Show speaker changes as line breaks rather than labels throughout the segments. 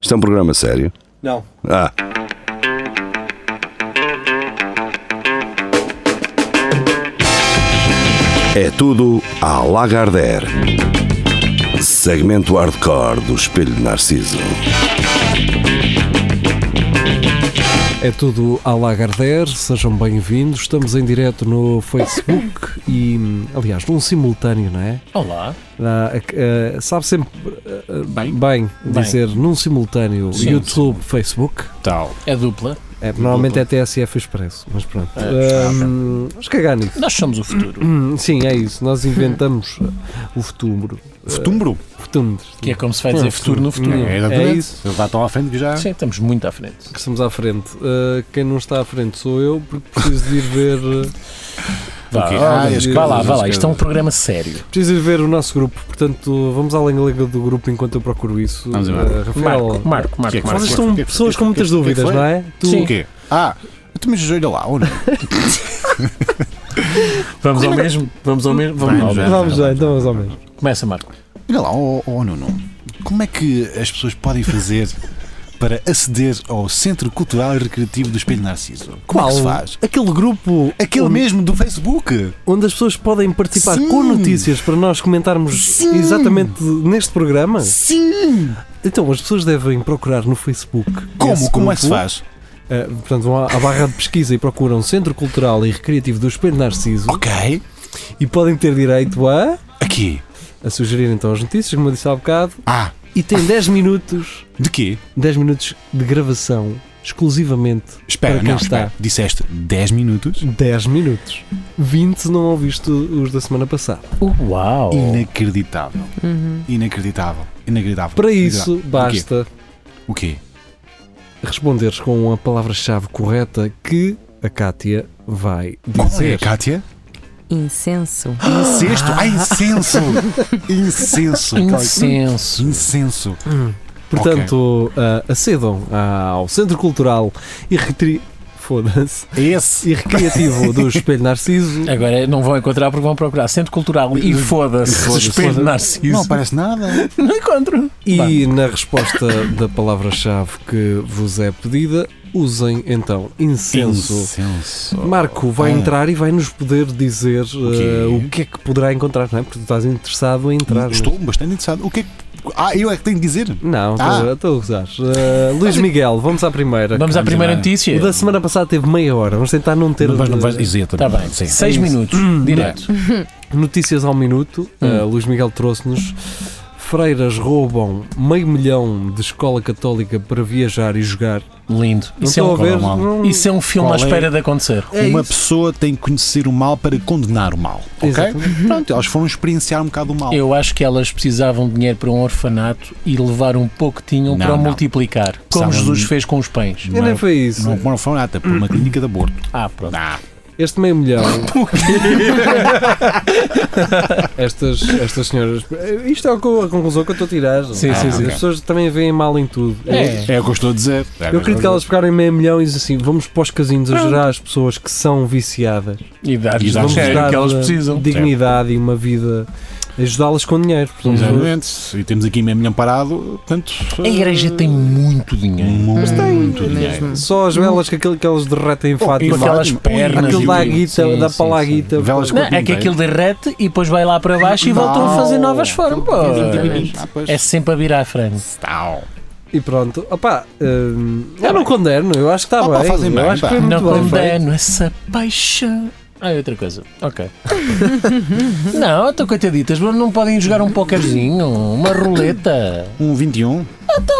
Isto é um programa sério.
Não.
Ah, é tudo à Lagardère. Segmento hardcore do Espelho de Narciso.
É tudo à Lagardère, sejam bem-vindos. Estamos em direto no Facebook e, aliás, num simultâneo, não é?
Olá.
Dá, eh, eh, sabe sempre eh, bem. dizer num simultâneo
Sim,
YouTube, Facebook.
Tal. É dupla.
É, normalmente é TSF Expresso, mas pronto. Ahm, Vamos cagar nisso.
Nós somos o futuro.
Hum, Sim, é isso. Nós inventamos ah, o futuro.
Futumbro.
Futuro.
Que é como se vai dizer futuro no futuro.
É,
É,
é
exatamente.
isso.
Eles já estão à frente que já.
Sim, estamos muito à frente.
Que estamos à frente. Ah, quem não está à frente sou eu, porque preciso de ir ver. eh,
Vá,
Ok.
vá,
Ah,
vá,
as
vá lá,
coisas,
vá
as
lá. Isto é um
coisas.
programa sério.
Preciso ir ver o nosso grupo, portanto vamos à lenga-lenga do grupo enquanto eu procuro isso.
Vamos embora.
Ah, Rafael,
Marco, Marco, Marco,
que é que
Marco.
vocês são
que-
pessoas
que-
com muitas
que- que-
dúvidas,
que foi?
não é? Tu,
Sim.
O quê? Ah, tu me olha lá, oh, ou não?
Vamos ao mesmo. Vamos ao mesmo. Vamos ao
Vamos,
mesmo.
Vamos já, então vamos ao mesmo.
Começa, Marco.
Olha lá, ou Nuno. Como é que as pessoas podem fazer para aceder ao Centro Cultural e Recreativo do Espelho Narciso? Como é que se faz?
Aquele grupo
Aquele
onde,
mesmo do Facebook?
onde as pessoas podem participar
Sim.
com notícias para nós comentarmos
Sim.
exatamente neste programa.
Sim!
Então as pessoas devem procurar no Facebook.
Como?
esse
Como é
grupo.
que se faz?
Ah, portanto, vão à, à barra de pesquisa e procuram Centro Cultural e Recreativo do Espelho Narciso
Ok.
e podem ter direito a,
Aqui.
a sugerir então as notícias, como eu disse há bocado,
Ah,
e tem 10 minutos
de quê?
10 minutos de gravação exclusivamente
Espera,
para quem
não,
está.
espera. Disseste 10 minutos?
10 minutos. 20 se não ouviste os da semana passada. Oh.
Uau.
Inacreditável. Inacreditável. Inacreditável.
Uhum. Para isso,
Inacreditável.
basta
O quê?
responderes com a palavra-chave correta que a Kátia vai
Qual é,
dizer.
Kátia?
Incenso.
Incesto? Ah, incenso! Incenso! Aquela-
Incenso.
Incenso!
Portanto, ah, acedam ao Centro Cultural e Retri... Foda-se.
Esse!
E Recreativo do Espelho Narciso.
É,
Agora não vão encontrar porque vão procurar Centro Cultural e foda-se.
Foda-se.
Espelho de Narciso.
Não parece nada!
Não encontro.
E na resposta da palavra-chave que vos é pedida, usem então incenso.
Incenso!
Marco vai
Ah.
entrar e vai nos poder dizer eh, o que é que poderá encontrar, não é? Porque tu estás interessado em entrar.
Estou bastante interessado. O que é que. Ah, eu é que tenho de dizer?
Não, estou
Ah.
estou a usar. Luís Miguel, vamos à primeira.
Vamos à primeira
bem.
notícia.
O da semana passada teve meia hora, vamos tentar não ter eh,
Está Tá bem. Seis minutos. Direto.
notícias ao minuto. Eh, Luís Miguel trouxe-nos. Freiras roubam meio milhão de escola católica para viajar e jogar.
Lindo.
Não
Isso é,
estou a
um,
ver.
mal.
não-
isso é um filme à
Qual é?
espera de acontecer.
é
Uma
isso.
pessoa tem que conhecer o mal para condenar o mal. Ok?
Exatamente.
Pronto, elas foram experienciar um bocado o mal.
Eu acho que elas precisavam de dinheiro para um orfanato e levar um pouco que tinham
Não,
para o
não.
multiplicar, como
Precisavam
Jesus
de- Hum.
fez com os pães.
Eu nem foi isso.
Não é. foram foi nada, por uma clínica de aborto.
Ah, pronto.
Ah,
Este meio milhão. estas, estas senhoras. Isto é o que eu- a conclusão que eu estou a tirar.
Sim, sim,
As
sim.
pessoas também veem mal em tudo.
É.
é o que eu estou a dizer. É o
Eu
estou a
acredito que elas pegarem meio milhão e dizem assim: vamos para os casinos ajudar as pessoas que são viciadas.
E dar-lhes um
E dar-lhes
Vamos
é o
dar
que elas
eh,
precisam.
dignidade e uma vida. Ajudá-las com dinheiro. Portanto,
Exatamente. E temos aqui meio milhão parado, portanto. eh,
A igreja tem muito dinheiro.
muito dinheiro.
Mesmo.
Só as velas que, aquele, que elas derretem em
Com
Fátima.
e
aquelas
vai-
pernas.
Aquilo
e
dá a
tudo.
guita,
Sim,
dá
sim,
para lá a
sim.
guita.
Velas
Não, é que aquilo derrete e depois vai lá para baixo e voltam a fazer novas formas. pô.
Exatamente.
É sempre a virar à frente.
Tal.
E pronto. Opá, hum, eu não condeno, eu acho que está
Opá,
bem.
fazem
eu
bem,
acho que
pá.
foi muito
Tá Não
bem feito.
condeno essa paixão. Ah, é outra coisa. Ok. não, então coitaditas, mas não podem jogar um pokerzinho, uma roleta.
Um 21.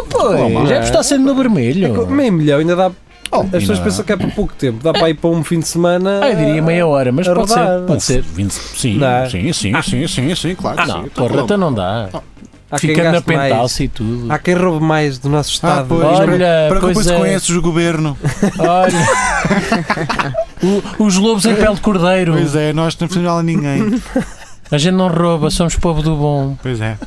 Pois, É já está sendo no vermelho.
Meio milhão ainda dá. As pessoas
ainda
pensam que é por pouco tempo, dá para ir para um fim de semana.
Ah, eu diria meia hora, mas
A
pode
rodar.
ser, pode ser.
20, sim,
Não.
sim, sim, sim, sim, sim, claro. que sim.
é? Ah. Não,
Então,
porreta
vamos.
não dá.
Ah, Há quem
Fica na
gaste mais.
penthouse e tudo.
Há quem roube mais do nosso
Ah,
Estado.
pois,
Olha,
para que
pois
depois
é.
conheces o governo.
Olha. O- os lobos em pele de cordeiro.
Pois é, nós não fizemos mal a ninguém.
A gente não rouba, somos povo do bom.
Pois é.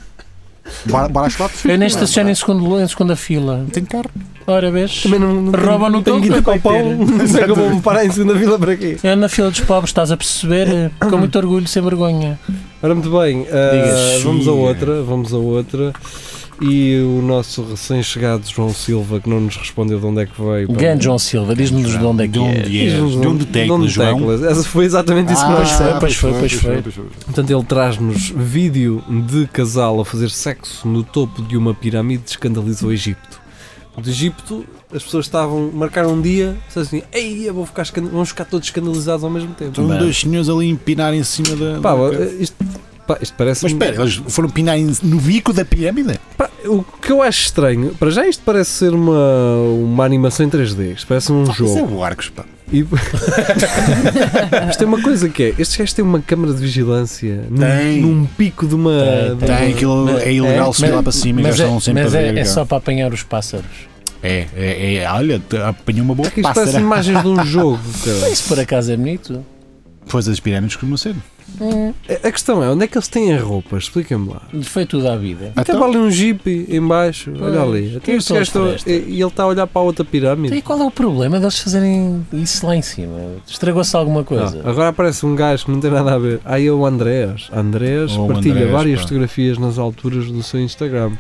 Bora, bora às fotos?
Eu nem estaciono em, segundo, em segunda fila.
Tenho carro.
Ora, vês?
Também não, não
Rouba
tenho- tenho
no topo, é
que ir
não
para o
vai
pão. Não sei como vou parar em segunda vila para quê.
É na fila dos pobres, estás a perceber? Com muito orgulho, sem vergonha.
Ora, muito bem. ah,
Diga.
vamos a outra, vamos a outra. E o nosso recém-chegado João Silva, que não nos respondeu de onde é que veio. pá.
Gan João Silva, diz-nos de onde é que
De onde é?
Diz-nos
De onde teclas,
onde
João?
teclas. Essa foi exatamente isso que nós
Ah, pois foi, pois foi.
Portanto, ele traz-nos vídeo de casal a fazer sexo no topo de uma pirâmide escandalizou o Egito. Do Egito, as pessoas estavam, marcaram um dia, disseram assim, ei, eu vou ficar escanda- vamos ficar todos escandalizados ao mesmo tempo.
Estão dois senhores Então ali a empinar em cima da.
Pá, eh,
da-
isto, pá, isto parece...
Mas espera, eles foram pinar em- no bico da pirâmide? Ah,
Pá, o que eu acho estranho, para já isto parece ser uma, uma animação em 3D, isto parece um
Isso é
jogo.
o Arcos, pá.
E... Mas tem uma coisa que é, estes gajos têm uma câmara de vigilância num,
Tem.
num pico de uma...
Tem,
de
Tem,
uma-
aquilo
mas-
é ilegal
é,
subir lá para cima e já
Mas, é,
estão sempre
mas
a
é-
ver.
é
cara.
só para apanhar os pássaros.
É, é, é, olha, te- apanhou uma boa
É
Isto parece
pássara.
imagens de um jogo, cara.
Isso por acaso é bonito. um-
Pois as pirâmides costumam ser.
A- A questão é, onde é que eles têm a roupa? Explica-me lá.
Foi tudo à vida.
Até
Então, é
vale um jeep em baixo, olha ali. Até
eu
este
sou
gajo está-
floresta.
e e ele está a olhar para a outra pirâmide.
E qual é o problema deles fazerem isso lá em cima? Estragou-se alguma coisa?
Ah, agora aparece um gajo que não tem nada a ver. Aí é o Andrés. Andrés
Oh, o
partilha
Andrés,
várias
pá.
fotografias nas alturas do seu Instagram.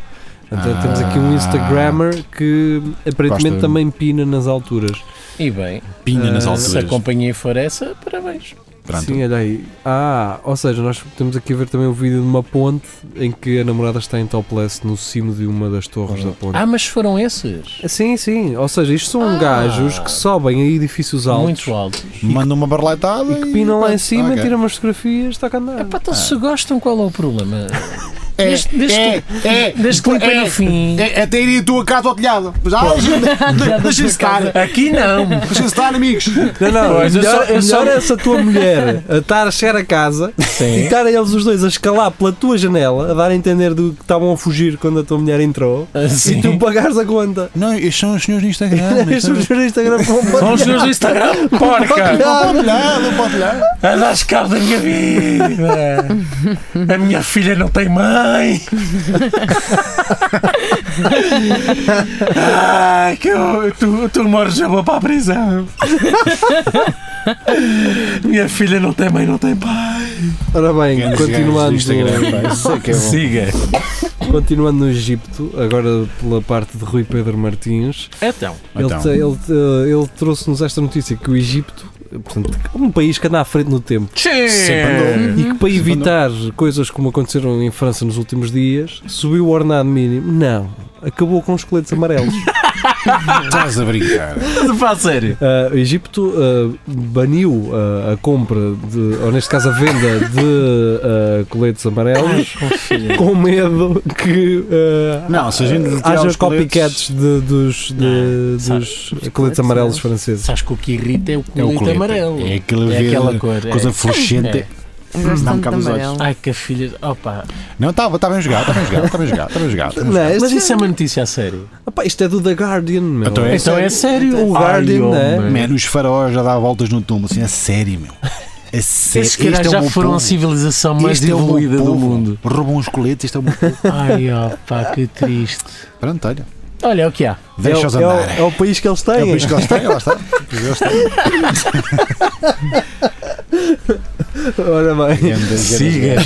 Então
Ah.
temos aqui um Instagrammer que aparentemente
Gosta.
também pina nas alturas.
E bem,
pinha nas
Ah,
alturas.
se a companhia for essa, parabéns.
Pronto.
Sim, olha aí. Ah, ou seja, nós temos aqui a ver também o vídeo de uma ponte em que a namorada está em topless no cimo de uma das torres da ponte.
Ah, mas foram esses?
Sim, sim. Ou seja, isto são
Ah.
gajos que sobem a edifícios altos
Muito altos.
Manda uma barletada
e que pinam lá em cima,
Ok.
tiram umas fotografias, está a andar.
Epá, então se gostam, qual é o problema?
É,
Desde- desde
é, é,
Desde que limpem
é,
no fim.
é, até iria a tua casa ao telhado. Mas, ah, gente, Deixa-se estar.
Aqui não.
Deixa-se estar, amigos.
Não, não,
Pois, eu
melhor,
só- eu só-
melhor é essa tua mulher a estar a chegar a casa e
Sim.
estar eles os dois a escalar pela tua janela, a dar a entender do que estavam a fugir quando a tua mulher entrou e
Sim. Ah,
tu pagares a conta.
Não, estes são os senhores do Instagram.
Este
Estes
no Instagram com um
São os senhores do Instagram, porca!
Não pode olhar, não pode olhar.
Andas cabo da minha vida! A minha filha não tem mãe! Ai, É que eu, tu, tu moras já vou para a prisão! Minha filha não tem mãe, não tem pai!
Ora bem, continuando,
é Siga!
continuando no Egito, agora pela parte de Rui Pedro Martins,
Então,
Ele, te- ele te- ele trouxe-nos esta notícia que o Egito, portanto, um país que anda à frente no tempo,
Uhum.
e que para evitar coisas como aconteceram em França nos últimos dias, subiu o ornado mínimo. Não, acabou com os coletes amarelos.
Estás a brincar.
fala sério!
Ah, o Egito ah, baniu ah, a compra, de, ou neste caso a venda, de ah, coletes amarelos com medo que ah,
Não, se a gente retirar
haja
os coletes-
copycats de- dos, de-
Não, sabe,
dos coletes amarelos franceses.
Sabes que o que irrita é o
É
colete,
o colete.
amarelo.
É aquele
É aquela
verde,
cor. é.
coisa fluorescente.
É.
Eu gosto
Não
tanto
cabe
de
nos olhos.
amarelo.
Ai que a filha. Opa!
Não, estava tá bem jogado, está bem jogado, está bem jogado, está bem jogado. tá bem
Não,
jogado.
este
Mas
é-
isso é uma notícia a sério.
Epá, isto é do The Guardian, meu.
Então é
Então é sério.
O
Ai,
Guardian,
homem.
né?
Man, os faróis já dá voltas no túmulo, assim, a sério, meu. A sério.
Esses caras
este é o
já
meu
foram
povo.
a civilização mais
Este é o meu
evoluída do
povo.
mundo.
Roubam os coletes, este é o meu povo.
Ai, opa, que triste.
Pronto, olha.
Olha, é o que há.
Deixa-os
é, o-
andar.
é o, é o país que eles têm.
É por isso que eles têm, lá está.
Ora bem,
Siga.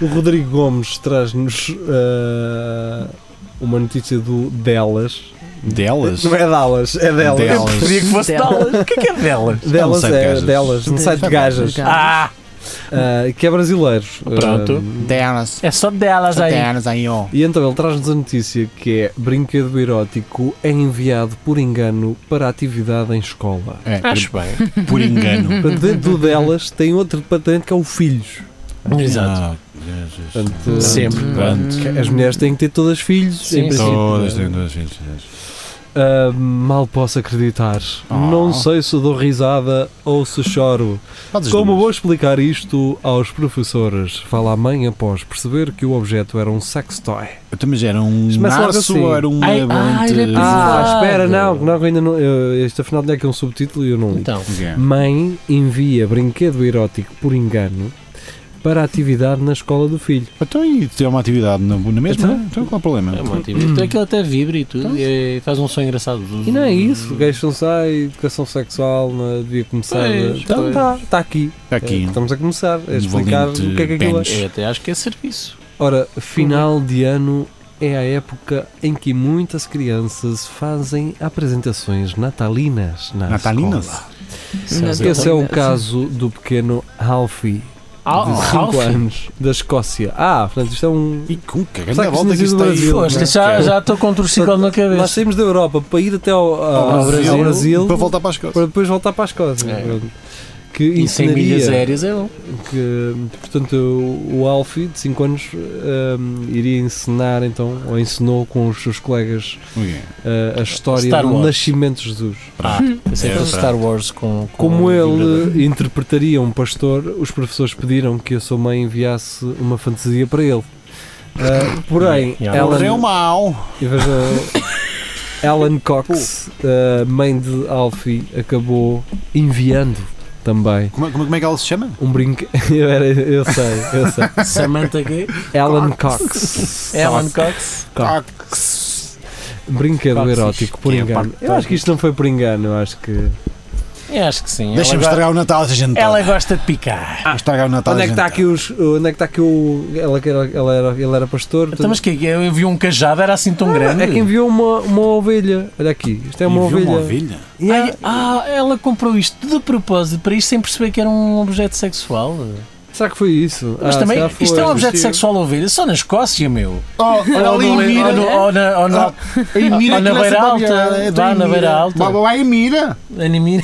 o Rodrigo Gomes traz-nos ah, uma notícia do Delas.
Delas?
Não é Dallas, é Delas.
Delas. Eu preferia
que
fosse
delas. O que é que é delas?
Delas
É um site de
é
gajas.
Delas, não site de gajas.
gajas.
Ah,
Ah, que é brasileiro.
Pronto.
Ah,
Delas.
é só delas aí.
Delas aí, ó.
e então ele traz-nos a notícia que é brinquedo erótico é enviado por engano para atividade em escola.
É,
Acho bem.
por, por engano.
Portanto, dentro do Delas tem outro patente que é o Filhos.
Exato.
Ah, Jesus.
Portanto, ah,
Sempre.
Pronto.
Que As mulheres têm que ter todas filhos,
Sim,
em
sim.
princípio.
Todas têm duas filhas.
Ah, mal posso acreditar.
Oh.
Não sei se dou risada ou se choro.
Fazes
Como
duas.
vou explicar isto aos professores? Fala a mãe após perceber que o objeto era um sex toy.
Eu também já era um
Começa logo
narço
assim.
ou era um
Ai, ai,
abante.
ele é
Ah,
Exato.
espera, não, não, ainda não. eu- Este afinal tinha aqui um subtítulo e eu não li.
Então,
Ok.
Mãe envia brinquedo erótico por engano para atividade na escola do filho.
Hum.
Então, e ter uma atividade na, na mesma? Então, qual é o problema?
é uma atividade. Então aquilo até vibra e tudo. E faz um som engraçado.
E não é isso, gays não sai, educação sexual não, devia começar.
Pois,
né? então
pois.
está, está aqui.
Está aqui.
É,
é, então,
Estamos a começar a
Um
explicar o
valente
que é que aquilo é.
pênis.
Eu até acho que é serviço.
Ora, final de ano é a época em que muitas crianças fazem apresentações natalinas na
Natalinas?
escola.
Natalina.
Esse é o caso do pequeno Alfie, de 5 anos, da Escócia. Ah, portanto, isto é um...
E com que
Será
grande
que
volta que
isto
isto
diz
tem.
o Brasil?
Poxa, já já estou com um torcicolo na
Nós
cabeça.
saímos da Europa para ir até ao, ao- ao Brasil,
Para voltar para as coisas.
para depois voltar para a Escócia.
É.
Pronto. Que
E sem milhas
ensinaria
aéreas é bom.
que, portanto, o o Alfie, de 5 anos, hum, iria ensinar, então, ou ensinou com os seus colegas uh, a história
Star
do
Wars.
nascimento de Jesus.
Ah, pensei que
É,
fosse
pronto.
Star Wars com. com
Como
um
ele
vibrador.
interpretaria um pastor, os professores pediram que a sua mãe enviasse uma fantasia para ele. Uh, porém,
Yeah. é
Alan,
Correu mal.
e veja, Alan Cox, uh, mãe de Alfie, acabou enviando também
Como, é- como- como é que ela se chama?
um brinquedo. Eu, era- eu sei, eu sei.
Samantha Gay,
Alan Cox.
Alan Cox.
Cox. Um Brinquedo
Coxes.
erótico, por
Que é
engano.
parte
Eu acho que isto não foi por engano, eu acho que.
Eu É, acho que sim. ela,
Deixa-me
go-
estragar o Natal, essa gente.
ela gosta de picar.
Ah, estragar o
Tá,
Natal.
Onde é que
a
está
gente.
aqui os. Onde é que está aqui o. Ela, que era, ela, era, ele era pastor.
Então, mas que eu envio um cajado, era assim tão grande.
É que enviou uma, uma ovelha. Olha aqui, isto é uma
E viu
ovelha. é-
uma ovelha?
Yeah.
Ai, ah, ela comprou isto de propósito para isto sem perceber que era um objeto sexual.
Será que foi isso?
Mas
Ah,
também,
será que foi?
isto é um objeto
Sim.
sexual a ovelha, só na Escócia, meu.
Oh,
Ou no- ou no- ou na- ou na-
E
Ah, na
que
beira
lança
alta,
babiada, é do
vá na
Emira.
beira alta.
Vá, vá, vá, Emira.
anime.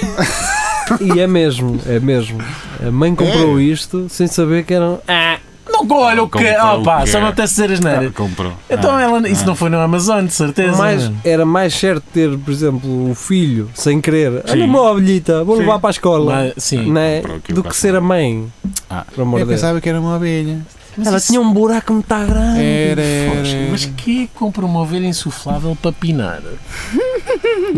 E é mesmo, é mesmo. A
É?
mãe comprou isto sem saber que era.
Ah, não go- olha o que.
Comprou
Oh pá,
o quê? Ah,
só me apetece dizer as neiras.
Comprou.
Então ela. Isso não foi no Amazon, de certeza.
Mais,
mano.
era mais certo ter, por exemplo, um filho sem querer. Olha uma ovelhita, vou levar para a escola.
Mas, sim.
né?
Comprou aquilo
Do
para
que
a
ser a mãe.
Ah.
Por amor
Eu
de Deus.
pensava que era uma abelha.
Ela tinha um buraco muito grande.
Era,
Poxa,
era.
é, Mas que compra uma ovelha insuflável para pinar?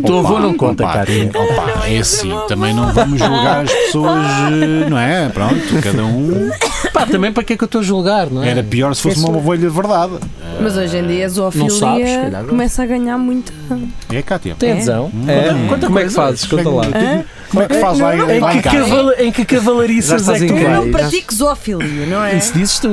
Teu avô não conta,
opa,
cara.
Opa, é assim, também não vamos julgar as pessoas, eh, não é? Pronto, cada um.
Pá, também para que é que eu estou a julgar, não é?
Era pior se fosse
Isso
uma
é.
ovelha de verdade.
Mas hoje em dia a zoofilia
Não sabes, se calhar não.
começa a ganhar muito.
É, Cátia.
Tem
É?
adesão.
É?
Quanta- quanta
Como é que
coisa?
fazes? Conta lá.
Como é que faz lá, em- lá
Em
em
que,
casa?
caval... em que cavalariças
Já
é
estás
que tu Ah.
em
vais?
Não pratico
zoofilia, não é?
Isso dizes tu.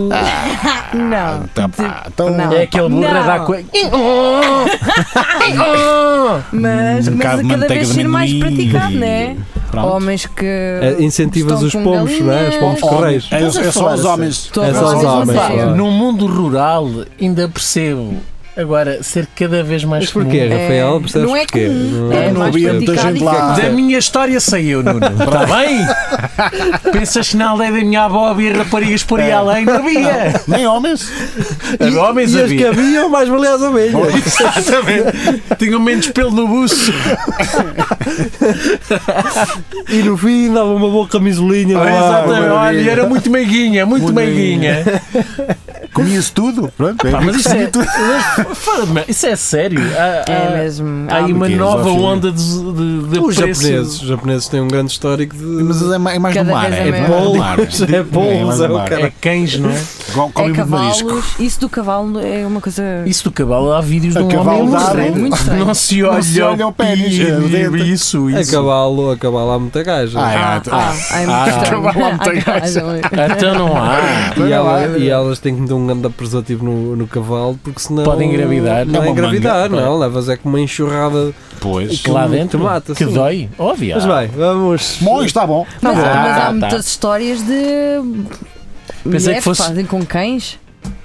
Não.
Tá, pá, então,
Não.
é aquele burro a dar
Não.
co- oh! Ah!
Mas
Um
começa
bocado de
cada
manteiga
vez
de
a ser mais
amendoim
praticado,
e-
não é?
Pronto.
Homens que.
É, Incentivas
Estão
os
com
pomos, não é? Os pomos
galinhas.
correios.
É, é só os
Estou a
homens.
Estou a
É só
falar
os
mesmo a
homens,
sério.
claro.
assim, No mundo rural ainda percebo. Agora, ser cada vez mais
Mas porquê,
comum.
Rafael?
É,
Percebes
não é
porquê?
comum, é
não
mais
havia tanta
praticado
gente
e fica
lá.
Da
aqui.
minha história saiu, Nuno. Está bem? Pensas que na aldeia da minha avó havia raparigas por aí além? Não havia.
Nem homens.
Havia homens
É. E as que
havia.
haviam, mais valia as ovelhas.
Exatamente. Tinham menos pelo no buço.
E no fim dava uma boa camisolinha. lá,
Exatamente.
maravilha.
Olha, era muito meiguinha, muito
Muito
meiguinha.
Comia-se tudo. Pronto, é.
Pá, mas isso é, mas fora de mer- isso é sério. Há,
É
há-
mesmo.
há aí
Ah,
uma
porque
nova
exófilo.
onda de, de, de
Os
apreço.
japoneses, os japoneses têm um grande histórico de.
Mas é mais, é mais
Cada
do mar.
vez é
É,
menos.
mais do mar.
É bolos, é o
mar.
cara.
É cães, não é?
Igual
É
comem muito marisco.
cavalos. Isso do cavalo é uma coisa.
Isso do cavalo, há vídeos de
A
um
cavalo
homem
dá,
estranho.
né?
Muito estranho.
Não se olha,
Não se olha o pênis,
pi-
é, o dente.
Isso,
A
isso.
cavalo, a cavalo há muita gaja.
Ah, é,
Ah, ah, é muito estranho.
cavalo há muita
Ah,
graça.
cavalo.
Então não há.
E,
Olha
ela-
lá.
e elas têm que meter um grande preservativo no, no cavalo porque senão.
Podem engravidar.
É
Não é
uma
engravidar,
manga.
não. Levas é com uma enxurrada.
ah,
Ah.
Pois.
Que lá dentro
Te mata,
que
assim.
sim.
dói. Óbvio.
Mas bem, vamos.
Bom, está bom.
Mas,
bom.
mas
Ah,
há
tá.
muitas histórias de.
Pensei que
mulheres
fosse-
fazem com cães.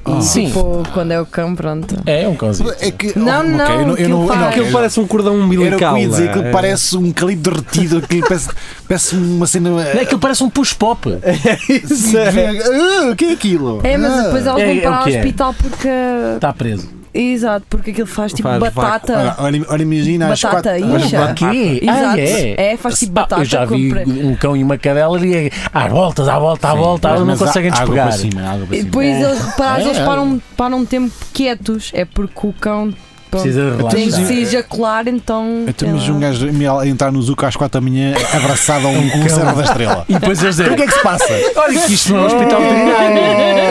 Ah.
E,
Sim.
tipo, quando é o cão, pronto.
É um cãozinho.
Hum. É que,
Não,
ok, eu
não,
não, eu
aquilo
não, eu não-
faz-
Aquilo parece um cordão
Era o que
umbilical.
eu ia dizer,
não
aquilo
é?
parece um calibre derretido, aquilo parece, parece uma cena.
É, Aquilo parece um push-pop.
É. Sim, ah, O que é aquilo? Ah.
É, mas depois elas
É,
vão
é
para
o
o
que é.
hospital porque.
Está preso.
Exato, porque aquilo faz tipo
Faz
Olha,
batata.
olha, olha, imagina às
Batata,
quatro.
incha.
Olha,
O quê?
Exato.
Ah, é.
É, faz tipo
Pá,
batata
Eu já vi
com pre-
um cão e uma cadela e é à volta, à volta, à volta,
mas-
não
mas
conseguem
á- água para
despegar.
cima, água para
E
cima.
depois eles, para, às
É,
vezes
é.
param, param tempo quietos. É porque o cão
Precisa de
Tem que
relaxar.
se ejacular, então.
Eu
sei
temos
lá.
um gajo me a entrar no Zuca às 4 da manhã abraçado a um conserva da estrela.
E depois eles
Então o que
dizem,
é que Hum. se passa?
olha que isto não é um hospital veterinário.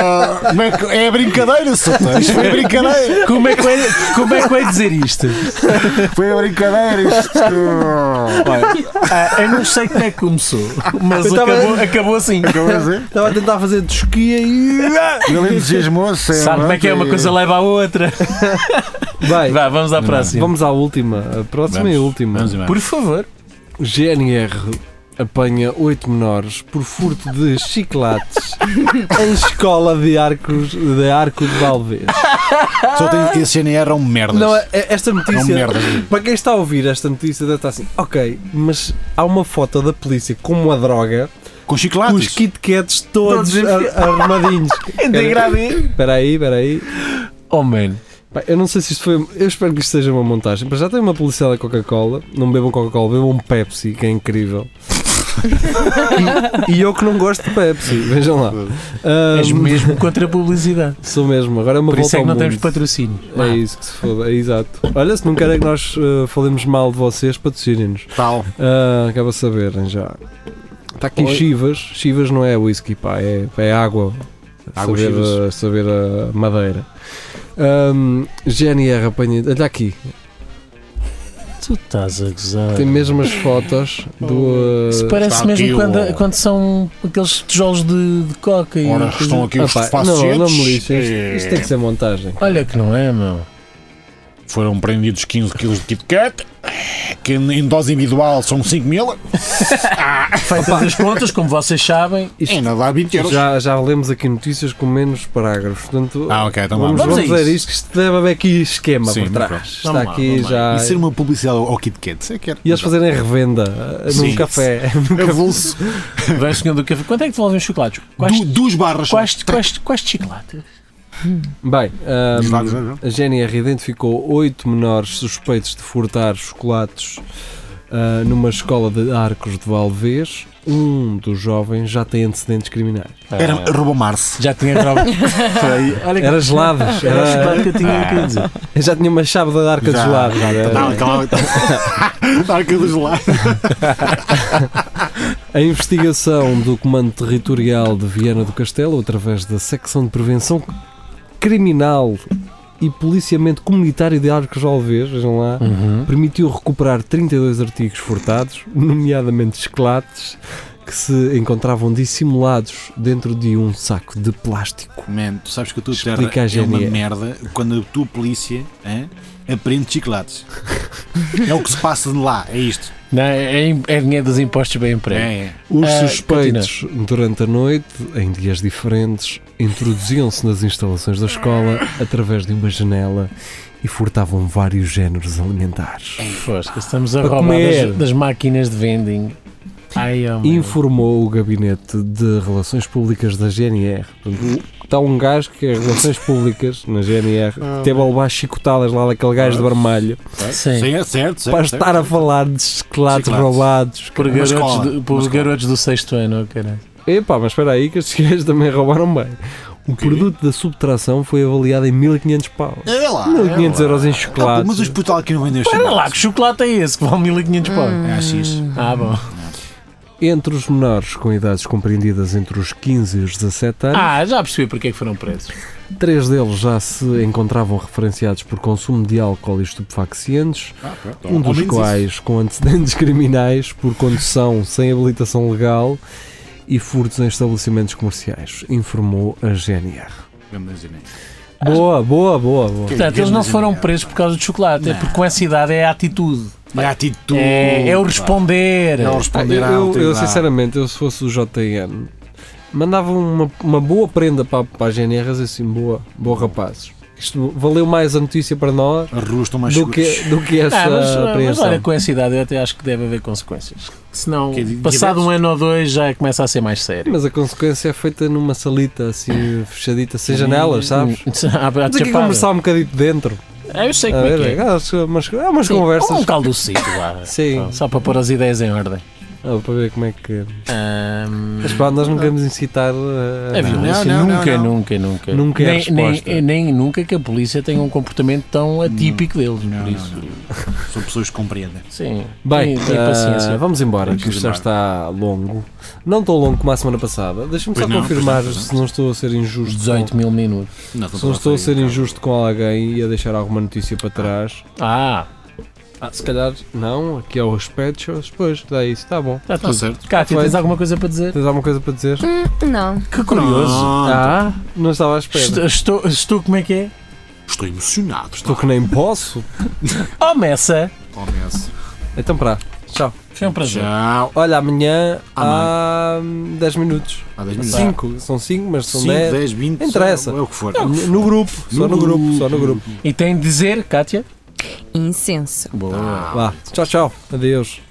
Ah, como é que- É brincadeira, Sousa. Isto foi brincadeira.
Como é que eu hei- como é que eu hei de dizer isto?
Foi brincadeira. Isto.
Olha, ah, eu não sei como é que começou, mas
Eu tava-
acabou, acabou assim.
Acabou assim.
Estava a tentar fazer de esquia e.
Ele entusiasmou-se.
Sabe como é que é? Uma coisa leva à outra.
Bem,
Vá, vamos à próxima.
vamos à última. A próxima e a última.
Vamos embora.
Por favor.
GNR apanha oito menores por furto de chiclates em escola de arcos de Arco de Valvez.
Só tem esse GNR é um merdas.
Não, é- é- esta
É um
notícia,
merdas.
para quem está a ouvir esta notícia, deve estar assim, ok, mas há uma foto da polícia com uma droga,
Com
os
chiclates.
Kit Kats todos
Todos enfi-
ar- armadinhos. Espera aí, espera aí.
Oh, man.
Pá, Eu não sei se isto foi. Eu espero que isto seja uma montagem. Para já tem uma policial da Coca-Cola. Não bebam Coca-Cola, bebam Pepsi, que é incrível. e, e eu que não gosto de Pepsi, vejam lá. Ahm,
És É mesmo contra a publicidade.
Sou mesmo, agora é uma
Por isso
volta
é
ao
que não temos Ah.
mundo.
patrocínio.
É isso que se foda, é exato. Olha, se não querem que nós eh, falemos mal de vocês, patrocinem-nos.
Tal.
Ah, acaba de saberem já. Está aqui
Oi.
Chivas. Chivas não é whisky, pá, é, é água.
Água
saber,
Chivas.
saber a madeira. Ahm, GNR apanha. Olha aqui,
Tu estás a gozar.
tem mesmo as fotos do.
Isso
ah,
Está
parece
aqui
mesmo
o-
quando, quando são aqueles tijolos de, de coca. e
Ora, estão aqui os
pá,
facetes.
não, não me lixem. Isto, isto tem que ser montagem.
Olha que não é, meu.
Foram prendidos 15 quilos de Kit Kat, que em dose individual são 5 mil.
Feitas as contas, como vocês sabem.
Isto-
Ainda dá 20 euros.
Já, já lemos aqui notícias com menos parágrafos, portanto.
Ah, ok, então
Vamos,
vamos.
Vamos
vamos
a
ver
isso.
isto, que isto deve haver aqui esquema
Sim,
por
muito
trás. Está
Vamos lá,
aqui
vamos
já.
E ser uma publicidade ao Kit Kat, eu quero.
E eles fazerem revenda eh, num
Sim.
café.
avulso
Vem chegando do café. Quanto é que devolvem os chocolates? Quais,
du, duas barras.
quais, quais, quais de chocolate?
Bem, ahm,
Diz lá, diz lá, diz lá.
a GNR identificou oito menores suspeitos de furtar chocolates ah, numa escola de Arcos de Valvez. Um dos jovens já tem antecedentes criminais.
Era
Ah,
roubar-se.
já tinha droga. Foi. Olha que
Era gelados.
era o chocolate
Era,
que eu tinha aqui a dizer.
eu já tinha uma chave da arca de gelados.
É.
era-
calma. Arca dos lados.
A investigação do Comando Territorial de Viana do Castelo, através da Secção de Prevenção Criminal e Policiamento Comunitário de Arcos Alves, vejam lá,
Uhum.
permitiu recuperar 32 artigos furtados, nomeadamente chocolates, que se encontravam dissimulados dentro de um saco de plástico.
Man, tu sabes que a tua terra
Explica a
é uma
GNR.
merda quando a tua polícia hã, aprende chiclates. é o que se passa de lá, é isto.
Não, é, é dinheiro dos impostos bem emprego.
É, é.
Os
Ah,
suspeitos, durante a noite, em dias diferentes, introduziam-se nas instalações da escola através de uma janela e furtavam vários géneros alimentares.
Fosca, estamos a
Para
roubar
comer.
das, das máquinas de vending. Ai, oh, meu.
Informou o gabinete de Relações Públicas da GNR. Portanto, Está um gajo que é Relações Públicas na GNR, teve a levar chicotadas lá daquele gajo de vermelho
Sim.
Ah, Sim, é certo, certo.
para
certo.
estar a falar de chocolates
Chocolates.
roubados.
Por
Uma
garotos,
escola,
do, por
uma escola.
garotos do sexto ano, oh, caralho.
Epá, mas espera aí que estes gajos também roubaram bem. O
quê?
produto da subtração foi avaliado em 1500 paus.
É lá.
1500
é lá.
euros em
Ah, pô,
chocolate.
mas os putal aqui não vendem os
Olha lá,
chiclates.
que chocolate é esse que vale 1500 pau?
É a X.
Ah, bom.
Entre os menores com idades compreendidas entre os 15 e os 17 anos,
Ah, já percebi porque é que foram presos.
três deles já se encontravam referenciados por consumo de álcool e estupefacientes,
Ah, então,
um dos quais com antecedentes criminais por condução sem habilitação legal e furtos em estabelecimentos comerciais, informou a GNR. Boa, boa, boa, boa.
Portanto, eles não foram presos por causa de chocolate, é porque com essa idade é a atitude.
É a atitude.
É, é o responder.
É o
Ah,
responder
eu,
à
eu- eu,
autoridade.
sinceramente, eu se fosse o JN, mandava uma, uma boa prenda para, para a GNR assim, boa, boa rapazes. Isto valeu mais a notícia para nós
As ruas estão mais
do que, do que essa
Ah, mas, mas
apreensão.
olha, com essa idade eu até acho que deve haver consequências. Senão,
Que é di-
passado um
diabetes?
ano ou dois já começa a ser mais sério.
Mas a consequência é feita numa salita assim, fechadita, sem janelas, sabes?
Há- há
Mas aqui
chapada.
conversar um bocadinho dentro.
Ah, eu sei
A
como é
ver,
que é.
é umas, é umas
Sim,
conversas.
Um caldo lá.
Sim.
Só para pôr as ideias em ordem.
Ah, para ver como é que.
Ahm,
Mas pá, nós não queremos incitar eh, a.
a violência
não, não,
nunca,
não.
nunca, nunca.
Nunca é a
nem, nem, eh,
resposta.
nem nunca que a polícia tenha um comportamento tão atípico deles.
Não,
por
não,
isso.
São pessoas que compreendem.
Sim.
Bem,
tem, tem
ah,
paciência.
vamos embora,
Vamos
que isto já
embora.
está longo. Não tão longo como a semana passada. Deixa-me só
Pois não,
confirmar
pois não, pois não.
se não estou a ser
Os
injusto.
18 mil minutos.
Não,
com- se não estou a ser injusto com alguém e a deixar alguma notícia para trás.
Ah,
Ah, se calhar não, aqui é o Pet Shows, pois, está isso, está bom.
está
Está
tudo.
certo.
Tá
Cátia,
Foi.
tens alguma coisa para dizer?
Tens alguma coisa para dizer?
Não.
Que curioso.
Ah,
Ah, não estava à espera.
Estou, estou, estou- como é que é?
Estou emocionado.
Estou que nem posso.
Oh, Messa!
Começo.
Então, para. Tchau.
Foi um prazer.
Tchau.
Olha, amanhã há
Amanhã.
10 minutos.
Há 10 minutos.
5, são 5, mas são
5,
10.
10, 20.
Interessa.
É o que for.
No grupo, só no grupo, só no grupo.
E tem de dizer, Cátia?
Incenso.
Boa.
Ah. Vá, tchau, tchau. Adeus.